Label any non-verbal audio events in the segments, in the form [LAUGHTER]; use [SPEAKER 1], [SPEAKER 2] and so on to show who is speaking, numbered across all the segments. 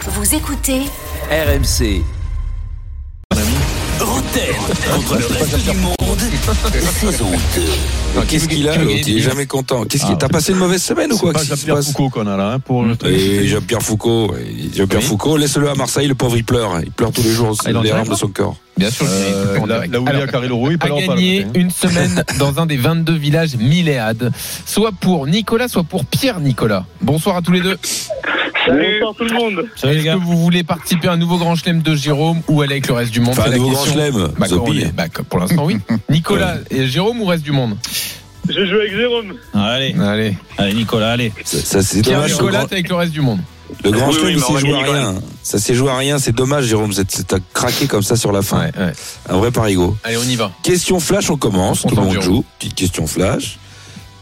[SPEAKER 1] Vous écoutez
[SPEAKER 2] RMC. Rotten contre le reste du monde, saison 2.
[SPEAKER 3] Non, Qu'est-ce qu'il a
[SPEAKER 4] Kim-
[SPEAKER 3] l'autre Il est jamais content. Qu'est-ce qu'il
[SPEAKER 4] Ah.
[SPEAKER 3] T'as passé une mauvaise semaine ou quoi
[SPEAKER 4] C'est
[SPEAKER 3] Qu'est-ce
[SPEAKER 4] pas
[SPEAKER 3] qui se
[SPEAKER 4] Jean-Pierre
[SPEAKER 3] passe
[SPEAKER 4] Foucault qu'on a là, hein, pour le truc.
[SPEAKER 3] Et Jean-Pierre Foucault, et Jean-Pierre
[SPEAKER 4] Oui.
[SPEAKER 3] Foucault, laisse-le à Marseille, le pauvre il pleure. Il pleure tous les jours,
[SPEAKER 4] Ah, il en
[SPEAKER 3] les
[SPEAKER 4] tient
[SPEAKER 3] larmes de
[SPEAKER 4] pas
[SPEAKER 3] son corps.
[SPEAKER 5] Bien sûr, je suis
[SPEAKER 4] Euh,
[SPEAKER 5] tout en
[SPEAKER 4] là,
[SPEAKER 5] direct.
[SPEAKER 4] là où il y a
[SPEAKER 5] Alors,
[SPEAKER 4] Carré Leroux, il
[SPEAKER 5] a
[SPEAKER 4] peut pas
[SPEAKER 5] gagné
[SPEAKER 4] le
[SPEAKER 5] une semaine dans un des 22 villages Milléades, soit pour Nicolas, soit pour Pierre Nicolas. Bonsoir à tous les deux.
[SPEAKER 6] Salut.
[SPEAKER 4] Salut les
[SPEAKER 5] Est-ce que vous voulez participer à un nouveau Grand Chelem de Jérôme ou aller avec le reste du monde
[SPEAKER 3] Enfin,
[SPEAKER 5] C'est la
[SPEAKER 3] le grand
[SPEAKER 5] question.
[SPEAKER 3] chelem,
[SPEAKER 5] Bah, quand on
[SPEAKER 3] Zopi.
[SPEAKER 5] est- bah, pour
[SPEAKER 3] [LAUGHS]
[SPEAKER 5] l'instant, oui. Nicolas et Jérôme ou reste du monde
[SPEAKER 6] Je joue avec Jérôme.
[SPEAKER 4] Allez,
[SPEAKER 5] Allez.
[SPEAKER 4] allez Nicolas, allez.
[SPEAKER 3] Ça, ça, c'est
[SPEAKER 5] Pierre
[SPEAKER 3] dommage. Le
[SPEAKER 5] Nicolas,
[SPEAKER 3] grand,
[SPEAKER 5] t'es avec le reste du monde.
[SPEAKER 3] le grand
[SPEAKER 6] Oui,
[SPEAKER 3] chelem,
[SPEAKER 6] oui,
[SPEAKER 3] il
[SPEAKER 6] mais on
[SPEAKER 3] s'est
[SPEAKER 6] va
[SPEAKER 3] joué à
[SPEAKER 6] gagner quand
[SPEAKER 3] rien. Ça s'est joué à rien, c'est dommage, Jérôme. c'est- c'est- T'as craqué comme ça sur la fin.
[SPEAKER 5] Ouais, ouais.
[SPEAKER 3] Un vrai parigo.
[SPEAKER 5] Allez, on y va.
[SPEAKER 3] Question flash, on commence.
[SPEAKER 5] On
[SPEAKER 3] Tout le
[SPEAKER 5] s'en
[SPEAKER 3] monde
[SPEAKER 5] dure.
[SPEAKER 3] joue. Petite question flash.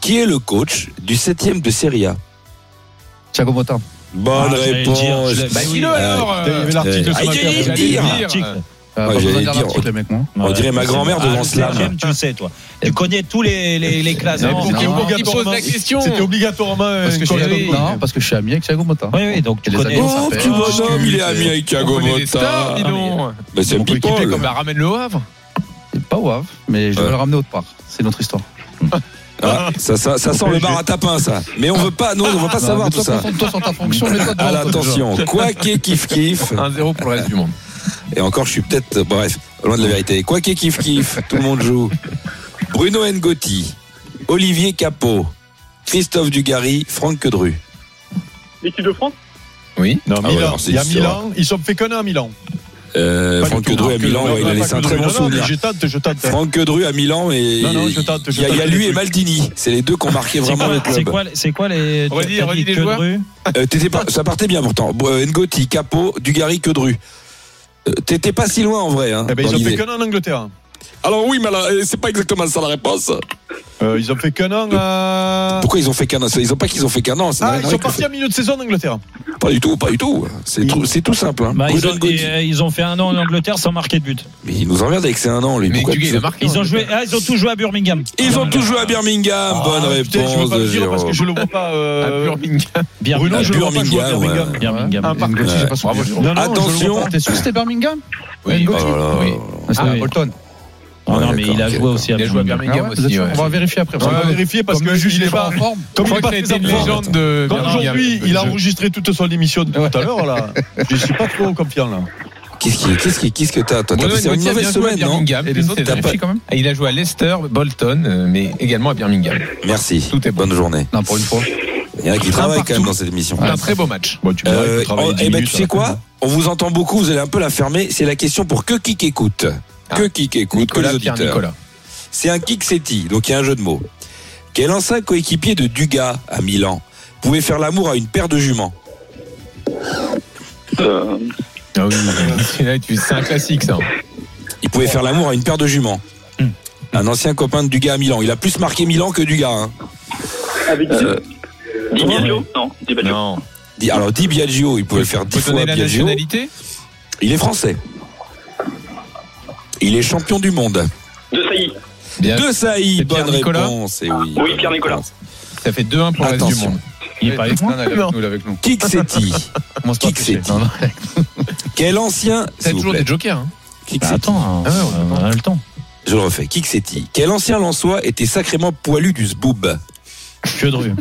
[SPEAKER 3] Qui est le coach du 7ème de Serie A
[SPEAKER 5] Thiago Motin.
[SPEAKER 3] Bonne
[SPEAKER 4] Ah, j'allais le dire,
[SPEAKER 3] réponse.
[SPEAKER 4] je l'ai-
[SPEAKER 5] Bah,
[SPEAKER 4] Oui,
[SPEAKER 5] dis-le
[SPEAKER 3] euh,
[SPEAKER 5] alors
[SPEAKER 4] Il y avait
[SPEAKER 5] euh,
[SPEAKER 4] l'article
[SPEAKER 3] euh,
[SPEAKER 4] sur
[SPEAKER 3] ah,
[SPEAKER 4] ma
[SPEAKER 3] il y a
[SPEAKER 4] carte.
[SPEAKER 3] eu le
[SPEAKER 4] J'allais
[SPEAKER 3] dire.
[SPEAKER 4] le dire.
[SPEAKER 5] pas
[SPEAKER 3] Ouais,
[SPEAKER 5] besoin
[SPEAKER 3] j'allais
[SPEAKER 5] d'un
[SPEAKER 3] dire. oh.
[SPEAKER 5] article, mec, hein. moi.
[SPEAKER 3] On dirait ma grand-mère devant
[SPEAKER 4] Ah,
[SPEAKER 7] le
[SPEAKER 3] Slam.
[SPEAKER 7] CRM, tu le sais, toi. Tu connais tous les, les, les classements.
[SPEAKER 5] Mais
[SPEAKER 4] C'était
[SPEAKER 5] Non, il
[SPEAKER 4] obligatoirement-
[SPEAKER 5] pose la question.
[SPEAKER 4] C'était obligatoirement.
[SPEAKER 5] Parce que je suis
[SPEAKER 4] une
[SPEAKER 5] ami-
[SPEAKER 4] colle à Bobo.
[SPEAKER 5] non, parce que je suis ami avec Thiago Motin.
[SPEAKER 7] Oui, oui, donc tu
[SPEAKER 5] Et les
[SPEAKER 7] connais.
[SPEAKER 5] amis,
[SPEAKER 3] Oh,
[SPEAKER 5] ça fait
[SPEAKER 3] petit
[SPEAKER 5] un
[SPEAKER 3] bonhomme, il est ami avec
[SPEAKER 5] On
[SPEAKER 3] Thiago
[SPEAKER 5] connaît des stars,
[SPEAKER 3] Motta.
[SPEAKER 5] dis donc.
[SPEAKER 3] Bah, c'est
[SPEAKER 5] Mon coéquipier,
[SPEAKER 3] people.
[SPEAKER 5] comme la ramène le au Havre. Pas au Havre, mais je vais
[SPEAKER 3] Ouais.
[SPEAKER 5] le ramener autre part. C'est notre histoire.
[SPEAKER 3] Ah, ça, ça, ça sent le bar à tapin, ça. Mais on veut pas, non, on veut pas savoir tout ça.
[SPEAKER 5] Toi sur ta fonction, mais toi
[SPEAKER 3] À l'attention, quoi qu'est kiff kiff.
[SPEAKER 5] 1-0 pour le reste du monde.
[SPEAKER 3] Et encore, je suis peut-être, bref, loin de la vérité. Quoi qu'est kiff kiff, tout le monde joue. Bruno Ngotti, Olivier Capot, Christophe Dugarry, Franck Quedru.
[SPEAKER 6] L'équipe de France
[SPEAKER 4] Non,
[SPEAKER 3] Ah ouais,
[SPEAKER 4] Milan.
[SPEAKER 3] alors, c'est
[SPEAKER 4] Il y a
[SPEAKER 3] sûr.
[SPEAKER 4] Milan. Ils sont fait que un à Milan.
[SPEAKER 3] Euh,
[SPEAKER 4] Pas
[SPEAKER 3] Franck
[SPEAKER 4] du tout.
[SPEAKER 3] Quedru à Milan,
[SPEAKER 4] Non,
[SPEAKER 3] ouais, il
[SPEAKER 4] non,
[SPEAKER 3] a laissé
[SPEAKER 4] pas
[SPEAKER 3] un
[SPEAKER 4] que
[SPEAKER 3] très
[SPEAKER 4] Dru. Non,
[SPEAKER 3] bon
[SPEAKER 4] non, mais
[SPEAKER 3] souvenir.
[SPEAKER 4] Je tente, je tente.
[SPEAKER 3] Franck Quedru à Milan et il
[SPEAKER 4] Non, non, je tente, je
[SPEAKER 3] y, a- il y a
[SPEAKER 4] tente.
[SPEAKER 3] lui et Maldini. C'est les deux qui ont marqué
[SPEAKER 7] C'est
[SPEAKER 3] vraiment le
[SPEAKER 7] quoi, c'est
[SPEAKER 3] club.
[SPEAKER 7] quoi, c'est quoi les.
[SPEAKER 5] Redis-
[SPEAKER 7] t'as
[SPEAKER 5] redis
[SPEAKER 7] dit
[SPEAKER 5] les
[SPEAKER 7] que
[SPEAKER 5] joueurs.
[SPEAKER 7] Dru
[SPEAKER 3] Euh, t'étais pas, ça partait bien pourtant. Euh, Ngoti, Capot, Dugarry, Quedru. Euh, T'étais pas si loin en vrai. Hein,
[SPEAKER 4] Eh ben,
[SPEAKER 3] dans
[SPEAKER 4] ils ont fait
[SPEAKER 3] l'idée.
[SPEAKER 4] que un en Angleterre.
[SPEAKER 3] Alors oui, mais alors, euh, c'est pas exactement ça la réponse.
[SPEAKER 4] Euh, Ils ont fait que un à.
[SPEAKER 3] Pourquoi ils ont fait qu'un an Ils ont pas qu'ils ont fait qu'un an. ça n'a
[SPEAKER 4] Ah,
[SPEAKER 3] rien
[SPEAKER 4] ils sont
[SPEAKER 3] à voir avec
[SPEAKER 4] partis à milieu de saison en Angleterre.
[SPEAKER 3] le fait. Pas du tout, pas du tout. C'est tout, c'est tout simple. Hein.
[SPEAKER 7] Bah, ils,
[SPEAKER 3] Bruno
[SPEAKER 7] ont,
[SPEAKER 3] Ngoti.
[SPEAKER 7] et, euh, ils ont fait un an en Angleterre sans marquer de but.
[SPEAKER 3] Mais il nous emmerde avec ses un an lui.
[SPEAKER 5] Mais
[SPEAKER 3] Pourquoi
[SPEAKER 5] Duguay,
[SPEAKER 3] tu
[SPEAKER 5] il
[SPEAKER 3] fais-
[SPEAKER 5] a marqué.
[SPEAKER 7] Ils ont, joué, ah, ils ont tous joué à Birmingham.
[SPEAKER 3] Ils ont tous joué à Birmingham. Bonne
[SPEAKER 4] Ah, putain, Je
[SPEAKER 3] réponse
[SPEAKER 4] veux pas
[SPEAKER 3] de
[SPEAKER 4] le dire parce
[SPEAKER 3] Jérôme.
[SPEAKER 4] que je le vois pas. euh,
[SPEAKER 5] à Birmingham.
[SPEAKER 4] Bruno,
[SPEAKER 7] Birmingham.
[SPEAKER 4] je le vois pas jouer à
[SPEAKER 3] Birmingham,
[SPEAKER 4] Birmingham.
[SPEAKER 3] Ah, ouais. Ah,
[SPEAKER 7] Birmingham.
[SPEAKER 4] Un parc-
[SPEAKER 5] Ngoti, j'ai pas
[SPEAKER 4] Bravo,
[SPEAKER 5] souvenir.
[SPEAKER 4] Jérôme.
[SPEAKER 5] Non,
[SPEAKER 4] Non, non, je le
[SPEAKER 3] Attention.
[SPEAKER 4] vois
[SPEAKER 5] T'es sûr que c'était Birmingham Oui,
[SPEAKER 3] Oh là là.
[SPEAKER 5] oui. Ah, C'était
[SPEAKER 7] Ah
[SPEAKER 5] à
[SPEAKER 7] oui.
[SPEAKER 5] Bolton.
[SPEAKER 7] Oh, Non, non,
[SPEAKER 3] Ouais,
[SPEAKER 7] mais
[SPEAKER 3] d'accord,
[SPEAKER 7] il a
[SPEAKER 3] ok,
[SPEAKER 7] joué
[SPEAKER 3] d'accord.
[SPEAKER 7] aussi à
[SPEAKER 5] Il a joué à
[SPEAKER 7] Birmingham.
[SPEAKER 5] Birmingham Ah ouais,
[SPEAKER 4] aussi,
[SPEAKER 5] vous êtes sûr
[SPEAKER 4] ouais.
[SPEAKER 5] On va vérifier après.
[SPEAKER 4] On va vérifier parce que
[SPEAKER 5] juge
[SPEAKER 4] il est pas.
[SPEAKER 5] en forme.
[SPEAKER 4] Comme il
[SPEAKER 5] Je
[SPEAKER 4] est
[SPEAKER 5] crois
[SPEAKER 4] pas très
[SPEAKER 5] que t'as été une
[SPEAKER 4] en forme.
[SPEAKER 5] légende de
[SPEAKER 4] Comme
[SPEAKER 5] Birmingham.
[SPEAKER 4] aujourd'hui, il a enregistré toute son émission de tout à l'heure, là. Je suis pas trop confiant, là.
[SPEAKER 3] Qu'est-ce qui, qu'est-ce qui, qu'est-ce que t'as Toi, t'as
[SPEAKER 5] Bruno
[SPEAKER 3] passé
[SPEAKER 5] Ngoti
[SPEAKER 3] une
[SPEAKER 5] a bien
[SPEAKER 3] mauvaise
[SPEAKER 5] joué à
[SPEAKER 3] semaine, non
[SPEAKER 5] Birmingham.
[SPEAKER 4] Et
[SPEAKER 5] Et
[SPEAKER 4] les
[SPEAKER 5] les
[SPEAKER 4] autres, t'as
[SPEAKER 3] pas-
[SPEAKER 5] quand même Il a joué à Leicester, Bolton, euh, mais également à Birmingham.
[SPEAKER 3] Merci.
[SPEAKER 5] Tout est bon.
[SPEAKER 3] Bonne journée.
[SPEAKER 5] Non, pour une fois.
[SPEAKER 3] Il y en a qui
[SPEAKER 5] Un
[SPEAKER 3] travaillent quand
[SPEAKER 5] partout.
[SPEAKER 3] même dans cette émission.
[SPEAKER 5] Un très beau match.
[SPEAKER 4] Bon, tu peux
[SPEAKER 3] Euh,
[SPEAKER 4] travailler
[SPEAKER 3] oh,
[SPEAKER 4] 10
[SPEAKER 3] eh ben,
[SPEAKER 4] minutes,
[SPEAKER 3] tu
[SPEAKER 4] ça
[SPEAKER 3] sais
[SPEAKER 4] va.
[SPEAKER 3] quoi On vous entend beaucoup, vous allez un peu la fermer. C'est la question pour que qui écoute Que qui écoute
[SPEAKER 5] Ah. Nicolas,
[SPEAKER 3] Que les
[SPEAKER 5] Pierre
[SPEAKER 3] auditeurs.
[SPEAKER 5] Nicolas.
[SPEAKER 3] C'est un kick-setti, donc il y a un jeu de mots. Quel ancien coéquipier de Dugas à Milan pouvait faire l'amour à une paire de juments
[SPEAKER 5] Ah oui, là, tu- [LAUGHS] c'est un classique ça.
[SPEAKER 3] Il pouvait faire l'amour à une paire de juments.
[SPEAKER 5] Hmm.
[SPEAKER 3] Un ancien copain de Dugas à Milan. Il a plus marqué Milan que Dugas. hein.
[SPEAKER 6] Avec
[SPEAKER 3] Euh,
[SPEAKER 6] Di Biagio Non, Di Biagio.
[SPEAKER 5] Non.
[SPEAKER 3] Dis- Alors, dit Biagio, il pouvait faire
[SPEAKER 5] Faut
[SPEAKER 3] 10
[SPEAKER 5] donner
[SPEAKER 3] fois
[SPEAKER 5] la
[SPEAKER 3] Biagio.
[SPEAKER 5] nationalité
[SPEAKER 3] Il est français. Il est champion du monde.
[SPEAKER 6] De Sailly.
[SPEAKER 5] Bien.
[SPEAKER 3] De Saïd,
[SPEAKER 5] Et Pierre
[SPEAKER 3] bonne
[SPEAKER 5] Nicolas
[SPEAKER 3] réponse. eh oui,
[SPEAKER 6] Oui, Pierre Nicolas.
[SPEAKER 5] Ça fait 2-1 pour le reste du
[SPEAKER 3] Attention.
[SPEAKER 5] monde.
[SPEAKER 7] Il est pas avec moi.
[SPEAKER 5] Non, avec
[SPEAKER 4] Non.
[SPEAKER 5] nous, avec nous.
[SPEAKER 3] Kiksetti.
[SPEAKER 5] Commence
[SPEAKER 3] pas à tricher.
[SPEAKER 5] Non, non,
[SPEAKER 3] [LAUGHS] Quel ancien.
[SPEAKER 5] T'as
[SPEAKER 3] s'il vous
[SPEAKER 5] toujours
[SPEAKER 3] plaît.
[SPEAKER 5] des jokers. Hein.
[SPEAKER 7] Bah,
[SPEAKER 3] Kiksetti.
[SPEAKER 7] attends,
[SPEAKER 5] Ah ouais,
[SPEAKER 7] euh, on a le temps.
[SPEAKER 3] Je le refais. Kiksetti. Quel ancien Lançois était sacrément poilu du zboub
[SPEAKER 7] Que Dru.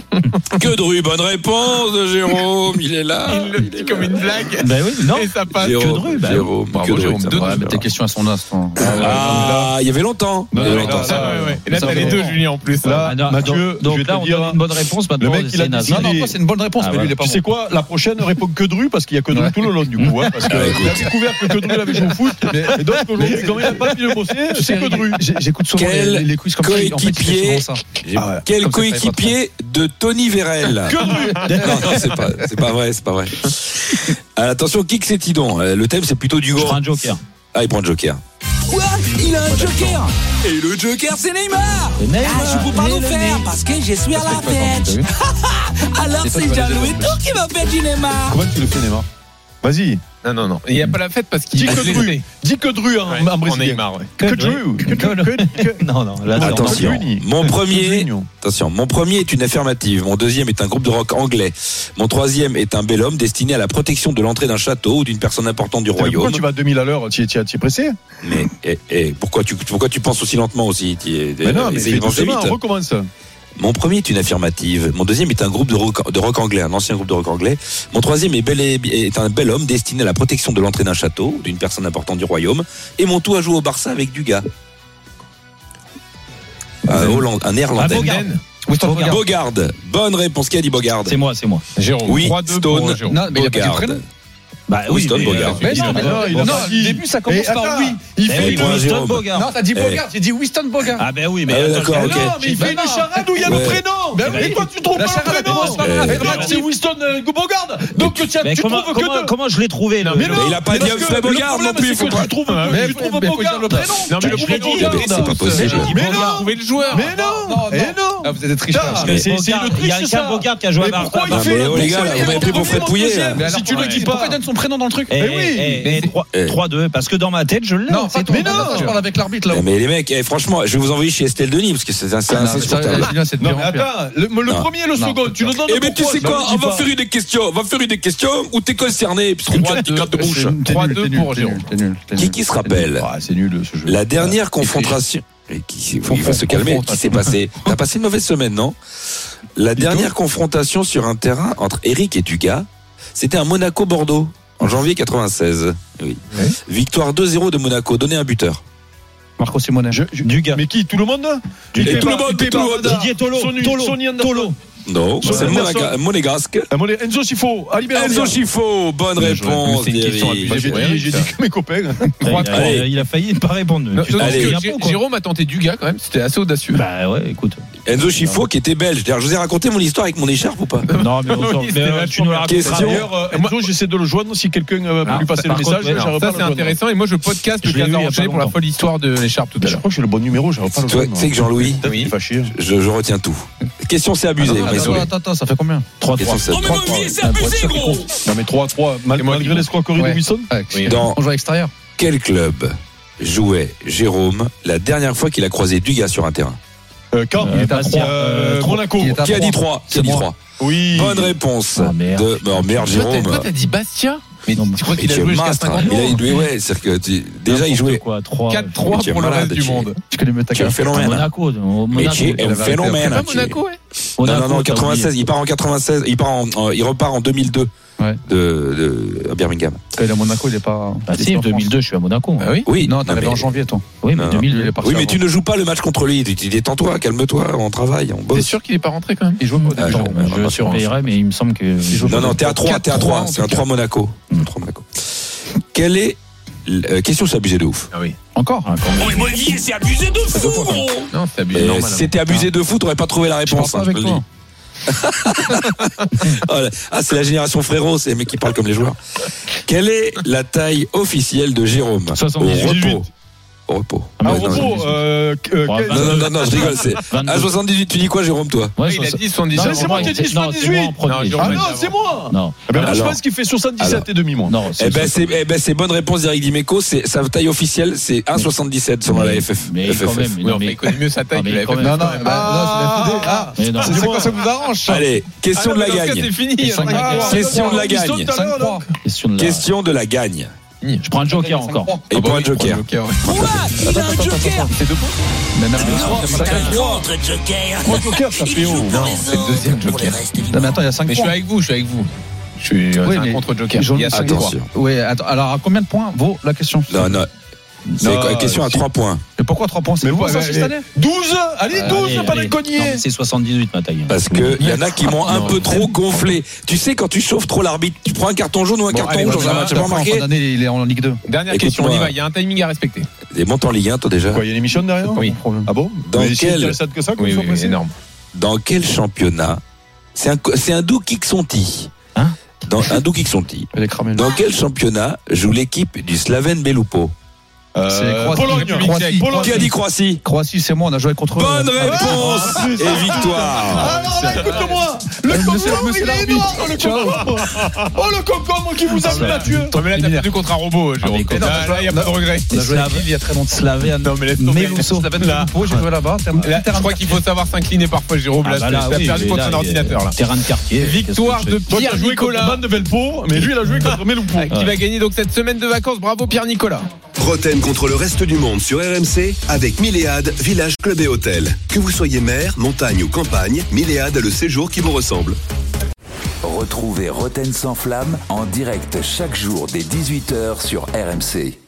[SPEAKER 3] [LAUGHS] Que Dru, bonne réponse de Jérôme. Il est là.
[SPEAKER 5] Il le dit comme une blague.
[SPEAKER 7] Ben oui, non.
[SPEAKER 5] Et ça passe.
[SPEAKER 3] Jérôme,
[SPEAKER 7] Que Dru, bah,
[SPEAKER 3] Jérôme,
[SPEAKER 5] Bravo,
[SPEAKER 3] Que Dru,
[SPEAKER 5] Jérôme.
[SPEAKER 3] ça
[SPEAKER 5] Deux,
[SPEAKER 3] va,
[SPEAKER 5] deux,
[SPEAKER 3] mais
[SPEAKER 5] tes
[SPEAKER 3] alors.
[SPEAKER 5] questions à son instant.
[SPEAKER 3] Ah, il y avait longtemps. Il y
[SPEAKER 4] Non,
[SPEAKER 3] avait
[SPEAKER 4] non,
[SPEAKER 3] longtemps.
[SPEAKER 4] non, non.
[SPEAKER 5] Et là, t'as les deux, Julien, en plus.
[SPEAKER 4] Là,
[SPEAKER 7] Ah, non,
[SPEAKER 4] Mathieu,
[SPEAKER 7] donc- donc
[SPEAKER 4] je vais te
[SPEAKER 7] là, on
[SPEAKER 4] dire,
[SPEAKER 7] donne une bonne réponse maintenant.
[SPEAKER 4] mec, il a
[SPEAKER 7] c'est naze.
[SPEAKER 4] décidé-
[SPEAKER 5] Non, non, toi, c'est une bonne réponse,
[SPEAKER 7] Ah,
[SPEAKER 5] mais lui,
[SPEAKER 7] voilà.
[SPEAKER 5] il est pas
[SPEAKER 4] Tu sais
[SPEAKER 5] bon.
[SPEAKER 4] quoi La prochaine répond que Dru parce qu'il y a que Dru tout le long du coup. hein, parce
[SPEAKER 5] [LAUGHS]
[SPEAKER 4] qu'il
[SPEAKER 3] Ah,
[SPEAKER 4] a découvert que que Dru l'avait joué au foot. Et donc aujourd'hui, comme il n'a pas fini de bosser, c'est que Dru.
[SPEAKER 5] J'ai- J'écoute souvent
[SPEAKER 3] Quel
[SPEAKER 5] les, les quiz comme ça. En fait, il fait
[SPEAKER 3] coéquipier.
[SPEAKER 5] souvent ça.
[SPEAKER 3] J'ai-
[SPEAKER 4] Ah ouais.
[SPEAKER 3] Quel
[SPEAKER 5] Comme ça, il fallait pas
[SPEAKER 3] coéquipier de Tony Vérel
[SPEAKER 4] Que Dru
[SPEAKER 3] Non, non, c'est pas, c'est pas vrai, c'est pas vrai. Euh, Attention, Kiksetti, donc. Euh, Le thème, c'est plutôt du
[SPEAKER 7] Je prends
[SPEAKER 3] gore.
[SPEAKER 7] un joker.
[SPEAKER 3] Ah, il prend le joker.
[SPEAKER 8] Quoi Il a un joker Et le joker c'est Neymar Ah je peux pas le faire parce que je suis à la fête Alors c'est Jean-Louis Tour qui va faire du Neymar
[SPEAKER 4] Comment tu le fais, Neymar Vas-y.
[SPEAKER 5] Non, non, non. Il n'y a pas la fête parce qu'il
[SPEAKER 4] Dis
[SPEAKER 5] a
[SPEAKER 4] que Dru.
[SPEAKER 5] blessé.
[SPEAKER 4] Dis que Dru hein, en
[SPEAKER 5] en
[SPEAKER 4] brésilien.
[SPEAKER 5] Neymar. ouais.
[SPEAKER 4] Que Dru.
[SPEAKER 7] Que- que- Non, non, là, c'est
[SPEAKER 3] Attention.
[SPEAKER 7] encore plus.
[SPEAKER 3] Mon premier-
[SPEAKER 7] Union.
[SPEAKER 3] Attention, mon premier est une affirmative, mon deuxième est un groupe de rock anglais, mon troisième est un bel homme destiné à la protection de l'entrée d'un château ou d'une personne importante du
[SPEAKER 4] Putain, mais
[SPEAKER 3] royaume.
[SPEAKER 4] Pourquoi tu vas à 2000 à l'heure Tu es, tu es- tu es pressé
[SPEAKER 3] Mais eh, eh, pourquoi, tu, pourquoi tu penses aussi lentement aussi Tu es-
[SPEAKER 4] Mais non,
[SPEAKER 3] eh,
[SPEAKER 4] mais
[SPEAKER 3] essaye
[SPEAKER 4] fais
[SPEAKER 3] de penser
[SPEAKER 4] doucement,
[SPEAKER 3] vite.
[SPEAKER 4] on recommence.
[SPEAKER 3] Mon premier est une affirmative, mon deuxième est un groupe de rock, de rock anglais, un ancien groupe de rock anglais, mon troisième est, bel et- est un bel homme destiné à la protection de l'entrée d'un château ou d'une personne importante du royaume, et mon tout a joué au Barça avec Dugas. Un, Holland- un néerlandais.
[SPEAKER 7] Ah, Bogard.
[SPEAKER 5] Bogdan. Winston Bogard.
[SPEAKER 3] Bogard. Bonne réponse. Qui a dit Bogard
[SPEAKER 7] C'est moi, c'est moi.
[SPEAKER 5] Jérôme.
[SPEAKER 3] Oui,
[SPEAKER 5] 3-2
[SPEAKER 3] Stone.
[SPEAKER 5] pour Jérôme.
[SPEAKER 7] Non, mais il a pas dit le
[SPEAKER 3] Bogard.
[SPEAKER 7] prénom. Bah
[SPEAKER 3] Winston Bogard.
[SPEAKER 7] Mais non, mais non,
[SPEAKER 4] il
[SPEAKER 7] non,
[SPEAKER 4] a
[SPEAKER 7] non,
[SPEAKER 4] pas
[SPEAKER 7] au
[SPEAKER 4] dit.
[SPEAKER 7] début, ça commence
[SPEAKER 4] Eh,
[SPEAKER 7] par
[SPEAKER 4] attends.
[SPEAKER 7] oui. Il
[SPEAKER 3] Eh
[SPEAKER 7] fait
[SPEAKER 3] oui,
[SPEAKER 7] une
[SPEAKER 3] point,
[SPEAKER 7] Winston
[SPEAKER 3] Jérôme.
[SPEAKER 7] Bogart.
[SPEAKER 5] t'as dit
[SPEAKER 3] Bogard,
[SPEAKER 5] j'ai dit Winston Bogart.
[SPEAKER 7] Ah, ben oui, mais.
[SPEAKER 3] Ah,
[SPEAKER 7] attends,
[SPEAKER 3] d'accord,
[SPEAKER 7] je-
[SPEAKER 3] ok.
[SPEAKER 7] Non, mais il fait
[SPEAKER 4] une charade où il y a
[SPEAKER 3] Ouais.
[SPEAKER 4] le prénom
[SPEAKER 7] Eh ben,
[SPEAKER 4] Mais toi, tu trouves
[SPEAKER 7] la
[SPEAKER 4] pas le
[SPEAKER 7] charade,
[SPEAKER 4] prénom
[SPEAKER 7] c'est pas grave.
[SPEAKER 4] Et toi,
[SPEAKER 7] Eh,
[SPEAKER 4] c'est Winston euh, Bogard Donc tu
[SPEAKER 7] Mais
[SPEAKER 4] tu
[SPEAKER 7] comment,
[SPEAKER 4] trouves que
[SPEAKER 7] comment,
[SPEAKER 4] deux
[SPEAKER 7] comment je l'ai trouvé là
[SPEAKER 4] Mais non,
[SPEAKER 3] il a pas
[SPEAKER 4] mais
[SPEAKER 3] dit
[SPEAKER 4] parce
[SPEAKER 3] Humphrey
[SPEAKER 4] que
[SPEAKER 3] Bogart
[SPEAKER 4] le
[SPEAKER 3] non plus,
[SPEAKER 4] problème,
[SPEAKER 3] faut
[SPEAKER 4] c'est que
[SPEAKER 3] pas-
[SPEAKER 4] Tu trouves
[SPEAKER 5] Mais
[SPEAKER 4] tu trouves Bogard le prénom
[SPEAKER 5] Non, mais le
[SPEAKER 4] Tu trouves
[SPEAKER 5] prénom,
[SPEAKER 4] Bogard.
[SPEAKER 3] c'est pas possible.
[SPEAKER 4] Mais
[SPEAKER 5] Bogart.
[SPEAKER 4] non.
[SPEAKER 5] Vous pouvez le joueur.
[SPEAKER 4] Mais non
[SPEAKER 5] Non,
[SPEAKER 4] Mais
[SPEAKER 5] non.
[SPEAKER 4] non
[SPEAKER 5] Ah, vous êtes des tricheurs.
[SPEAKER 4] Mais c'est-
[SPEAKER 7] Bogart,
[SPEAKER 4] c'est une
[SPEAKER 7] Il y a un
[SPEAKER 4] triche,
[SPEAKER 7] gars
[SPEAKER 4] ça.
[SPEAKER 7] Bogart qui a joué
[SPEAKER 4] Ah, Mais
[SPEAKER 7] à Barça.
[SPEAKER 4] pourquoi il
[SPEAKER 3] Non,
[SPEAKER 4] fait
[SPEAKER 3] mais
[SPEAKER 4] le
[SPEAKER 3] oh, les gars,
[SPEAKER 4] conseil
[SPEAKER 3] vous m'avez pris pour Fred Pouillet, là.
[SPEAKER 4] Mais Si tu le dis pas
[SPEAKER 5] donne son prénom dans le truc
[SPEAKER 7] Eh,
[SPEAKER 4] Mais oui.
[SPEAKER 7] eh,
[SPEAKER 5] Mais
[SPEAKER 7] eh,
[SPEAKER 5] c'est-
[SPEAKER 7] trois-
[SPEAKER 3] eh.
[SPEAKER 7] 3-2, parce que dans ma tête, je l'ai.
[SPEAKER 5] Non,
[SPEAKER 7] c'est
[SPEAKER 5] c'est
[SPEAKER 7] tout.
[SPEAKER 5] mais non, je parle avec l'arbitre là.
[SPEAKER 3] Eh, Mais les mecs, eh, franchement, je vais vous envoyer chez Estelle Denis parce que c'est un, c'est un- c'est insupportable.
[SPEAKER 5] c'est de
[SPEAKER 4] Non
[SPEAKER 5] pire
[SPEAKER 4] mais
[SPEAKER 5] en pire.
[SPEAKER 4] attends, le, le
[SPEAKER 3] Non.
[SPEAKER 4] premier et le
[SPEAKER 5] Non.
[SPEAKER 4] second, tu nous donnes
[SPEAKER 3] Eh ben tu sais quoi,
[SPEAKER 4] pourquoi
[SPEAKER 3] on va faire une question, on va faire une question où t'es concerné puisque tu as dit carte de bouche.
[SPEAKER 5] 3-2 pour Jérôme.
[SPEAKER 3] Qui qui se rappelle
[SPEAKER 4] Ah, c'est nul ce jeu.
[SPEAKER 3] la dernière confrontation Et qui
[SPEAKER 5] Confond-
[SPEAKER 3] il faut se calmer,
[SPEAKER 5] confrontation.
[SPEAKER 3] qui s'est passé T'as passé une mauvaise semaine, non La dernière confrontation sur un terrain entre Eric et Dugas, c'était un Monaco Bordeaux en janvier 96. Oui.
[SPEAKER 5] Ouais.
[SPEAKER 3] Victoire 2-0 de Monaco, donné un buteur.
[SPEAKER 7] Marco Simone. Dugas.
[SPEAKER 4] Mais qui Tout le monde
[SPEAKER 3] Et
[SPEAKER 4] Pépé-
[SPEAKER 3] tout le monde,
[SPEAKER 4] Pépé
[SPEAKER 3] tout le monde.
[SPEAKER 4] Parada,
[SPEAKER 7] Didier Tolo.
[SPEAKER 4] Sony-
[SPEAKER 7] Tolo.
[SPEAKER 4] Sony Anderson.
[SPEAKER 7] Tolo.
[SPEAKER 3] Non,
[SPEAKER 4] Ouais.
[SPEAKER 3] c'est le Monaga- Monégasque.
[SPEAKER 4] Ah, mon- Enzo Sifo, Ali Bernard.
[SPEAKER 3] Enzo Chifo, bonne
[SPEAKER 5] Bien joué.
[SPEAKER 3] réponse.
[SPEAKER 5] Mais c'est une question à
[SPEAKER 3] Thierry.
[SPEAKER 5] plus.
[SPEAKER 4] J'ai dit, j'ai dit que mes copains.
[SPEAKER 5] Trois,
[SPEAKER 7] Il
[SPEAKER 5] trois.
[SPEAKER 7] a- il a- Euh, Il a failli ne pas répondre.
[SPEAKER 5] Non,
[SPEAKER 7] Tu
[SPEAKER 5] non,
[SPEAKER 7] t'en
[SPEAKER 5] parce
[SPEAKER 3] allez.
[SPEAKER 5] que
[SPEAKER 7] fous, il a
[SPEAKER 5] Gé-
[SPEAKER 7] pas, quoi.
[SPEAKER 5] Jérôme a tenté Dugas quand même, c'était assez audacieux.
[SPEAKER 7] Bah ouais, écoute.
[SPEAKER 3] Enzo Chifo qui était belge. D'ailleurs, je vous ai raconté mon histoire avec mon écharpe ou pas
[SPEAKER 5] Euh,
[SPEAKER 7] Non, mais on s'en-
[SPEAKER 5] Oui,
[SPEAKER 7] mais,
[SPEAKER 5] c'était
[SPEAKER 7] euh,
[SPEAKER 5] la
[SPEAKER 7] tu nous la raconteras.
[SPEAKER 3] question.
[SPEAKER 4] D'ailleurs, euh, Enzo, j'essaie de le joindre si quelqu'un euh, peut
[SPEAKER 5] Alors,
[SPEAKER 4] lui passer le
[SPEAKER 5] par contre,
[SPEAKER 4] message.
[SPEAKER 5] ouais, non,
[SPEAKER 4] j'arrive pas
[SPEAKER 5] ça
[SPEAKER 4] à le
[SPEAKER 5] c'est
[SPEAKER 4] joindre.
[SPEAKER 5] intéressant et moi je podcast
[SPEAKER 7] Je
[SPEAKER 5] le
[SPEAKER 7] l'ai vu il y a
[SPEAKER 5] 15
[SPEAKER 7] pas
[SPEAKER 5] enchaîné pour la
[SPEAKER 7] longtemps.
[SPEAKER 5] folle histoire de l'écharpe tout à
[SPEAKER 4] Je
[SPEAKER 5] l'heure.
[SPEAKER 4] crois que j'ai le bon numéro, j'arrive pas à le
[SPEAKER 3] Tu vois,
[SPEAKER 4] joindre.
[SPEAKER 3] tu sais que Jean-Louis,
[SPEAKER 4] Il est fâché.
[SPEAKER 3] je, je retiens tout. Question, c'est abusé.
[SPEAKER 5] Ah non,
[SPEAKER 3] mais
[SPEAKER 5] attends,
[SPEAKER 3] désolé.
[SPEAKER 5] attends, attends, ça fait combien
[SPEAKER 3] Question,
[SPEAKER 5] 3-3.
[SPEAKER 3] c'est-
[SPEAKER 8] Oh, mais mon vieil, c'est abusé, gros
[SPEAKER 4] Non mais 3-3, mal-
[SPEAKER 5] C'est moi qui
[SPEAKER 4] malgré
[SPEAKER 5] joue.
[SPEAKER 4] l'escroquerie de
[SPEAKER 5] Ouais.
[SPEAKER 4] Wilson.
[SPEAKER 3] Dans-
[SPEAKER 5] On joue à l'extérieur.
[SPEAKER 3] Quel club jouait Jérôme la dernière fois qu'il a croisé Dugas sur un terrain
[SPEAKER 4] Euh, Quand
[SPEAKER 7] Il est à
[SPEAKER 4] Euh,
[SPEAKER 7] trois.
[SPEAKER 4] euh, Monaco.
[SPEAKER 5] Il est à
[SPEAKER 3] Qui a dit
[SPEAKER 5] trois.
[SPEAKER 3] 3 Qui a dit
[SPEAKER 5] Ah, C'est
[SPEAKER 3] 3
[SPEAKER 4] Oui.
[SPEAKER 3] Bonne réponse.
[SPEAKER 7] Ah, merde.
[SPEAKER 3] De... Non, merde,
[SPEAKER 5] Toi, t'as- Toi
[SPEAKER 3] Jérôme.
[SPEAKER 5] t'as dit Bastia
[SPEAKER 7] Mais non, mais
[SPEAKER 5] Tu crois
[SPEAKER 3] Mais
[SPEAKER 5] qu'il a
[SPEAKER 3] tu es
[SPEAKER 5] joué jusqu'à
[SPEAKER 3] mastre. hein.
[SPEAKER 5] 50
[SPEAKER 3] Il a-
[SPEAKER 5] ans
[SPEAKER 3] oui, ouais, c'est-à-dire que tu- déjà, il
[SPEAKER 7] N'importe
[SPEAKER 3] jouait.
[SPEAKER 7] Quoi, euh, 3,
[SPEAKER 5] 4-3
[SPEAKER 3] tu es
[SPEAKER 5] pour le
[SPEAKER 3] malade,
[SPEAKER 5] reste du
[SPEAKER 3] tu es-
[SPEAKER 5] monde.
[SPEAKER 7] Je connais mieux ta
[SPEAKER 3] Tu es un
[SPEAKER 7] carte.
[SPEAKER 3] phénomène.
[SPEAKER 7] Monaco. Monaco.
[SPEAKER 3] Mais tu es un phénomène.
[SPEAKER 5] Pas
[SPEAKER 3] hein, tu es-
[SPEAKER 5] Monaco, ouais.
[SPEAKER 3] Non,
[SPEAKER 7] Monaco,
[SPEAKER 3] non, non,
[SPEAKER 7] t'as
[SPEAKER 3] 96. Il part en 96. Il, part en, en- il repart en 2002
[SPEAKER 5] Ouais.
[SPEAKER 3] de, de- à Birmingham.
[SPEAKER 5] Quand il est à Monaco, il est pas.
[SPEAKER 7] Bah si, 2002, je suis à Monaco.
[SPEAKER 5] Ah oui
[SPEAKER 3] Oui,
[SPEAKER 5] Non, t'arrives
[SPEAKER 3] mais-
[SPEAKER 5] en janvier, toi.
[SPEAKER 7] Oui, mais
[SPEAKER 3] Non.
[SPEAKER 7] 2002, il est
[SPEAKER 3] Oui, mais tu ne joues pas le match contre lui. Tu- tu- Détends-toi, calme-toi, on travaille, on
[SPEAKER 5] T'es
[SPEAKER 3] bosse.
[SPEAKER 5] sûr qu'il est pas rentré quand même Il joue
[SPEAKER 3] Ah,
[SPEAKER 5] pas
[SPEAKER 3] non, non, non,
[SPEAKER 7] Je
[SPEAKER 3] non,
[SPEAKER 7] surveillerai, mais il me semble que.
[SPEAKER 3] Non, non, t'es à 3, t'es à 3. C'est un 3 Monaco. Un 3 Monaco. Quel est. l- euh, Question, c'est abusé de ouf.
[SPEAKER 5] Ah oui.
[SPEAKER 7] Encore
[SPEAKER 8] Oh, mais mon vieil, c'est abusé de fou, gros
[SPEAKER 5] Non, c'est
[SPEAKER 3] Euh,
[SPEAKER 5] abusé. normal. hein.
[SPEAKER 3] si c'était abusé de fou, t'aurais pas trouvé la
[SPEAKER 5] Je parle
[SPEAKER 3] réponse.
[SPEAKER 5] pas
[SPEAKER 3] hein, je
[SPEAKER 5] avec
[SPEAKER 3] te le
[SPEAKER 5] toi.
[SPEAKER 3] dis. [LAUGHS] Oh là- ah, c'est la génération frérot, c'est les mecs qui parlent comme les joueurs. Quelle est la taille officielle de Jérôme
[SPEAKER 7] 78.
[SPEAKER 3] Au repos. Au repôt.
[SPEAKER 4] Ah,
[SPEAKER 3] Ouais, non,
[SPEAKER 4] repos, euh, euh,
[SPEAKER 7] Ouais,
[SPEAKER 4] quel-
[SPEAKER 3] Non, non, non, non, je rigole.
[SPEAKER 5] [LAUGHS]
[SPEAKER 3] C'est... À
[SPEAKER 7] 22.
[SPEAKER 3] 78, tu dis quoi, Jérôme, toi
[SPEAKER 7] Ouais,
[SPEAKER 5] Il a dit
[SPEAKER 4] Non,
[SPEAKER 5] 79.
[SPEAKER 4] c'est moi qui ai dit
[SPEAKER 7] Non, c'est moi en
[SPEAKER 4] 78.
[SPEAKER 7] premier.
[SPEAKER 5] Non,
[SPEAKER 4] Ah
[SPEAKER 5] Ouais,
[SPEAKER 4] non,
[SPEAKER 5] d'abord.
[SPEAKER 4] c'est moi
[SPEAKER 7] Non,
[SPEAKER 4] Eh ben, moi, Je
[SPEAKER 3] Alors.
[SPEAKER 4] pense qu'il fait 77 et demi, moi.
[SPEAKER 7] non.
[SPEAKER 3] eh ben, c'est, eh ben, c'est bonne réponse d'Eric Dimeco. C'est, sa taille officielle, c'est 1,77 selon la FF.
[SPEAKER 7] Mais quand
[SPEAKER 3] FFF.
[SPEAKER 7] même,
[SPEAKER 5] Oui,
[SPEAKER 7] non,
[SPEAKER 5] enfin,
[SPEAKER 7] mais
[SPEAKER 5] il connaît mieux sa taille
[SPEAKER 7] Ah,
[SPEAKER 5] que
[SPEAKER 7] mais
[SPEAKER 5] la
[SPEAKER 7] quand
[SPEAKER 5] FFF.
[SPEAKER 7] même.
[SPEAKER 5] non, bah, non, c'est la FFF. Ah,
[SPEAKER 7] Mais non.
[SPEAKER 5] c'est quoi ça vous arrange
[SPEAKER 3] Allez, question de la gagne.
[SPEAKER 5] C'est fini.
[SPEAKER 7] Et cinq-
[SPEAKER 5] Ah,
[SPEAKER 4] Ah,
[SPEAKER 3] Question de la
[SPEAKER 4] Wilson,
[SPEAKER 3] gagne.
[SPEAKER 4] tout à l'heure, là.
[SPEAKER 7] Question de la.
[SPEAKER 3] Question de la gagne.
[SPEAKER 7] Je prends le joker encore.
[SPEAKER 3] Et
[SPEAKER 5] bah
[SPEAKER 3] point
[SPEAKER 5] oui,
[SPEAKER 3] de joker.
[SPEAKER 5] ouais.
[SPEAKER 8] Oula, il a un joker
[SPEAKER 5] C'est deux points
[SPEAKER 8] Non, c'est un contre joker
[SPEAKER 4] Trois jokers, ça
[SPEAKER 8] Il
[SPEAKER 4] fait
[SPEAKER 8] joue
[SPEAKER 4] haut.
[SPEAKER 8] pour les
[SPEAKER 5] c'est le deuxième
[SPEAKER 8] autres, pour le
[SPEAKER 5] joker.
[SPEAKER 8] reste du
[SPEAKER 1] Non, mais
[SPEAKER 8] monde.
[SPEAKER 1] attends, il y a 5
[SPEAKER 5] Mais je suis
[SPEAKER 1] points.
[SPEAKER 5] avec vous, je suis avec vous. Je suis c'est
[SPEAKER 1] Oui,
[SPEAKER 5] un
[SPEAKER 1] mais-
[SPEAKER 5] contre-joker.
[SPEAKER 1] Jean-
[SPEAKER 5] Il y a cinq
[SPEAKER 3] Attention.
[SPEAKER 1] Oui, attends, alors à combien de points vaut la question
[SPEAKER 3] Non, non. C'est
[SPEAKER 4] Non,
[SPEAKER 3] quoi, question à 3 points.
[SPEAKER 1] Et pourquoi 3 points C'est
[SPEAKER 4] Mais
[SPEAKER 1] nouveau
[SPEAKER 4] ouais,
[SPEAKER 1] ça
[SPEAKER 4] ouais,
[SPEAKER 1] c'est cette année
[SPEAKER 4] 12 Euh, Allez, 12,
[SPEAKER 7] Allez,
[SPEAKER 4] pas
[SPEAKER 7] allez.
[SPEAKER 4] de cogner
[SPEAKER 7] Non, C'est 78, ma taille.
[SPEAKER 3] Parce que il y en a qui m'ont un peu trop gonflé. Tu sais, quand tu chauffes trop l'arbitre, tu prends un carton jaune ou un carton
[SPEAKER 1] Allez,
[SPEAKER 3] rouge
[SPEAKER 1] bah,
[SPEAKER 3] dans un match.
[SPEAKER 1] t'as
[SPEAKER 3] T'as pas
[SPEAKER 1] fait, En fin
[SPEAKER 3] remarqué
[SPEAKER 1] d'année, il est en Ligue 2.
[SPEAKER 5] Dernière
[SPEAKER 3] Écoute-moi.
[SPEAKER 5] question, on y va. Il y a un timing à respecter.
[SPEAKER 3] Des montes en Ligue 1, toi déjà.
[SPEAKER 4] Quoi, il y a une émission derrière
[SPEAKER 1] Pas mon problème.
[SPEAKER 4] Ah bon
[SPEAKER 3] Dans
[SPEAKER 4] Mais si
[SPEAKER 3] quel-
[SPEAKER 4] intéressant que ça, qu'on
[SPEAKER 5] Oui,
[SPEAKER 4] soit
[SPEAKER 5] oui,
[SPEAKER 4] pressé.
[SPEAKER 5] énorme.
[SPEAKER 3] Dans quel championnat C'est un, co- c'est un Doux Kiksonti.
[SPEAKER 7] Hein
[SPEAKER 3] Dans un Doux Kiksonti.
[SPEAKER 1] Elle est cramée.
[SPEAKER 3] Dans quel championnat joue l'équipe du Slaven Belupo
[SPEAKER 7] C'est
[SPEAKER 4] Euh,
[SPEAKER 7] Croatie,
[SPEAKER 4] Pologne.
[SPEAKER 7] République tchèque.
[SPEAKER 4] Croatie, Pologne.
[SPEAKER 9] Qui a dit Croatie
[SPEAKER 7] Croatie, c'est moi, on a joué contre eux. Ah
[SPEAKER 9] Bonne réponse
[SPEAKER 3] Ah,
[SPEAKER 9] et victoire.
[SPEAKER 4] Alors là, écoute-moi Le
[SPEAKER 7] Monsieur-
[SPEAKER 4] concombre,
[SPEAKER 7] monsieur
[SPEAKER 4] il est
[SPEAKER 7] l'arbitre.
[SPEAKER 4] énorme Oh, le concombre Oh, le concombre qui vous a mis la tueuse
[SPEAKER 5] mais là, t'as perdu contre un robot, euh, Jérôme.
[SPEAKER 7] mais non,
[SPEAKER 5] Là, Ah, il n'y a pas de regret.
[SPEAKER 7] On a joué à Lille il y a très longtemps.
[SPEAKER 1] Slavé, non, mais
[SPEAKER 7] Mais
[SPEAKER 5] tomber.
[SPEAKER 7] Rousseau,
[SPEAKER 5] Ça va te
[SPEAKER 7] là. j'ai joué là-bas. c'est un petit
[SPEAKER 5] Là, je
[SPEAKER 7] terrain
[SPEAKER 5] crois qu'il faut savoir s'incliner parfois, Jérôme. Là, t'as perdu contre un ordinateur. Là.
[SPEAKER 1] Terrain de quartier.
[SPEAKER 5] Victoire de
[SPEAKER 4] Toi, t'as
[SPEAKER 5] Pierre
[SPEAKER 4] joué contre
[SPEAKER 5] Nicolas. Ah.
[SPEAKER 4] Van de Velpo, mais lui, il a joué contre Meloupo.
[SPEAKER 5] Qui va gagner donc cette semaine de vacances. Bravo Pierre Nicolas.
[SPEAKER 3] Roten contre le reste du monde sur RMC avec Milléade, village, club et hôtel. Que vous soyez mer, montagne ou campagne, Milléade a le séjour qui vous ressemble.
[SPEAKER 2] Retrouvez Roten sans flamme en direct chaque jour dès 18h sur RMC.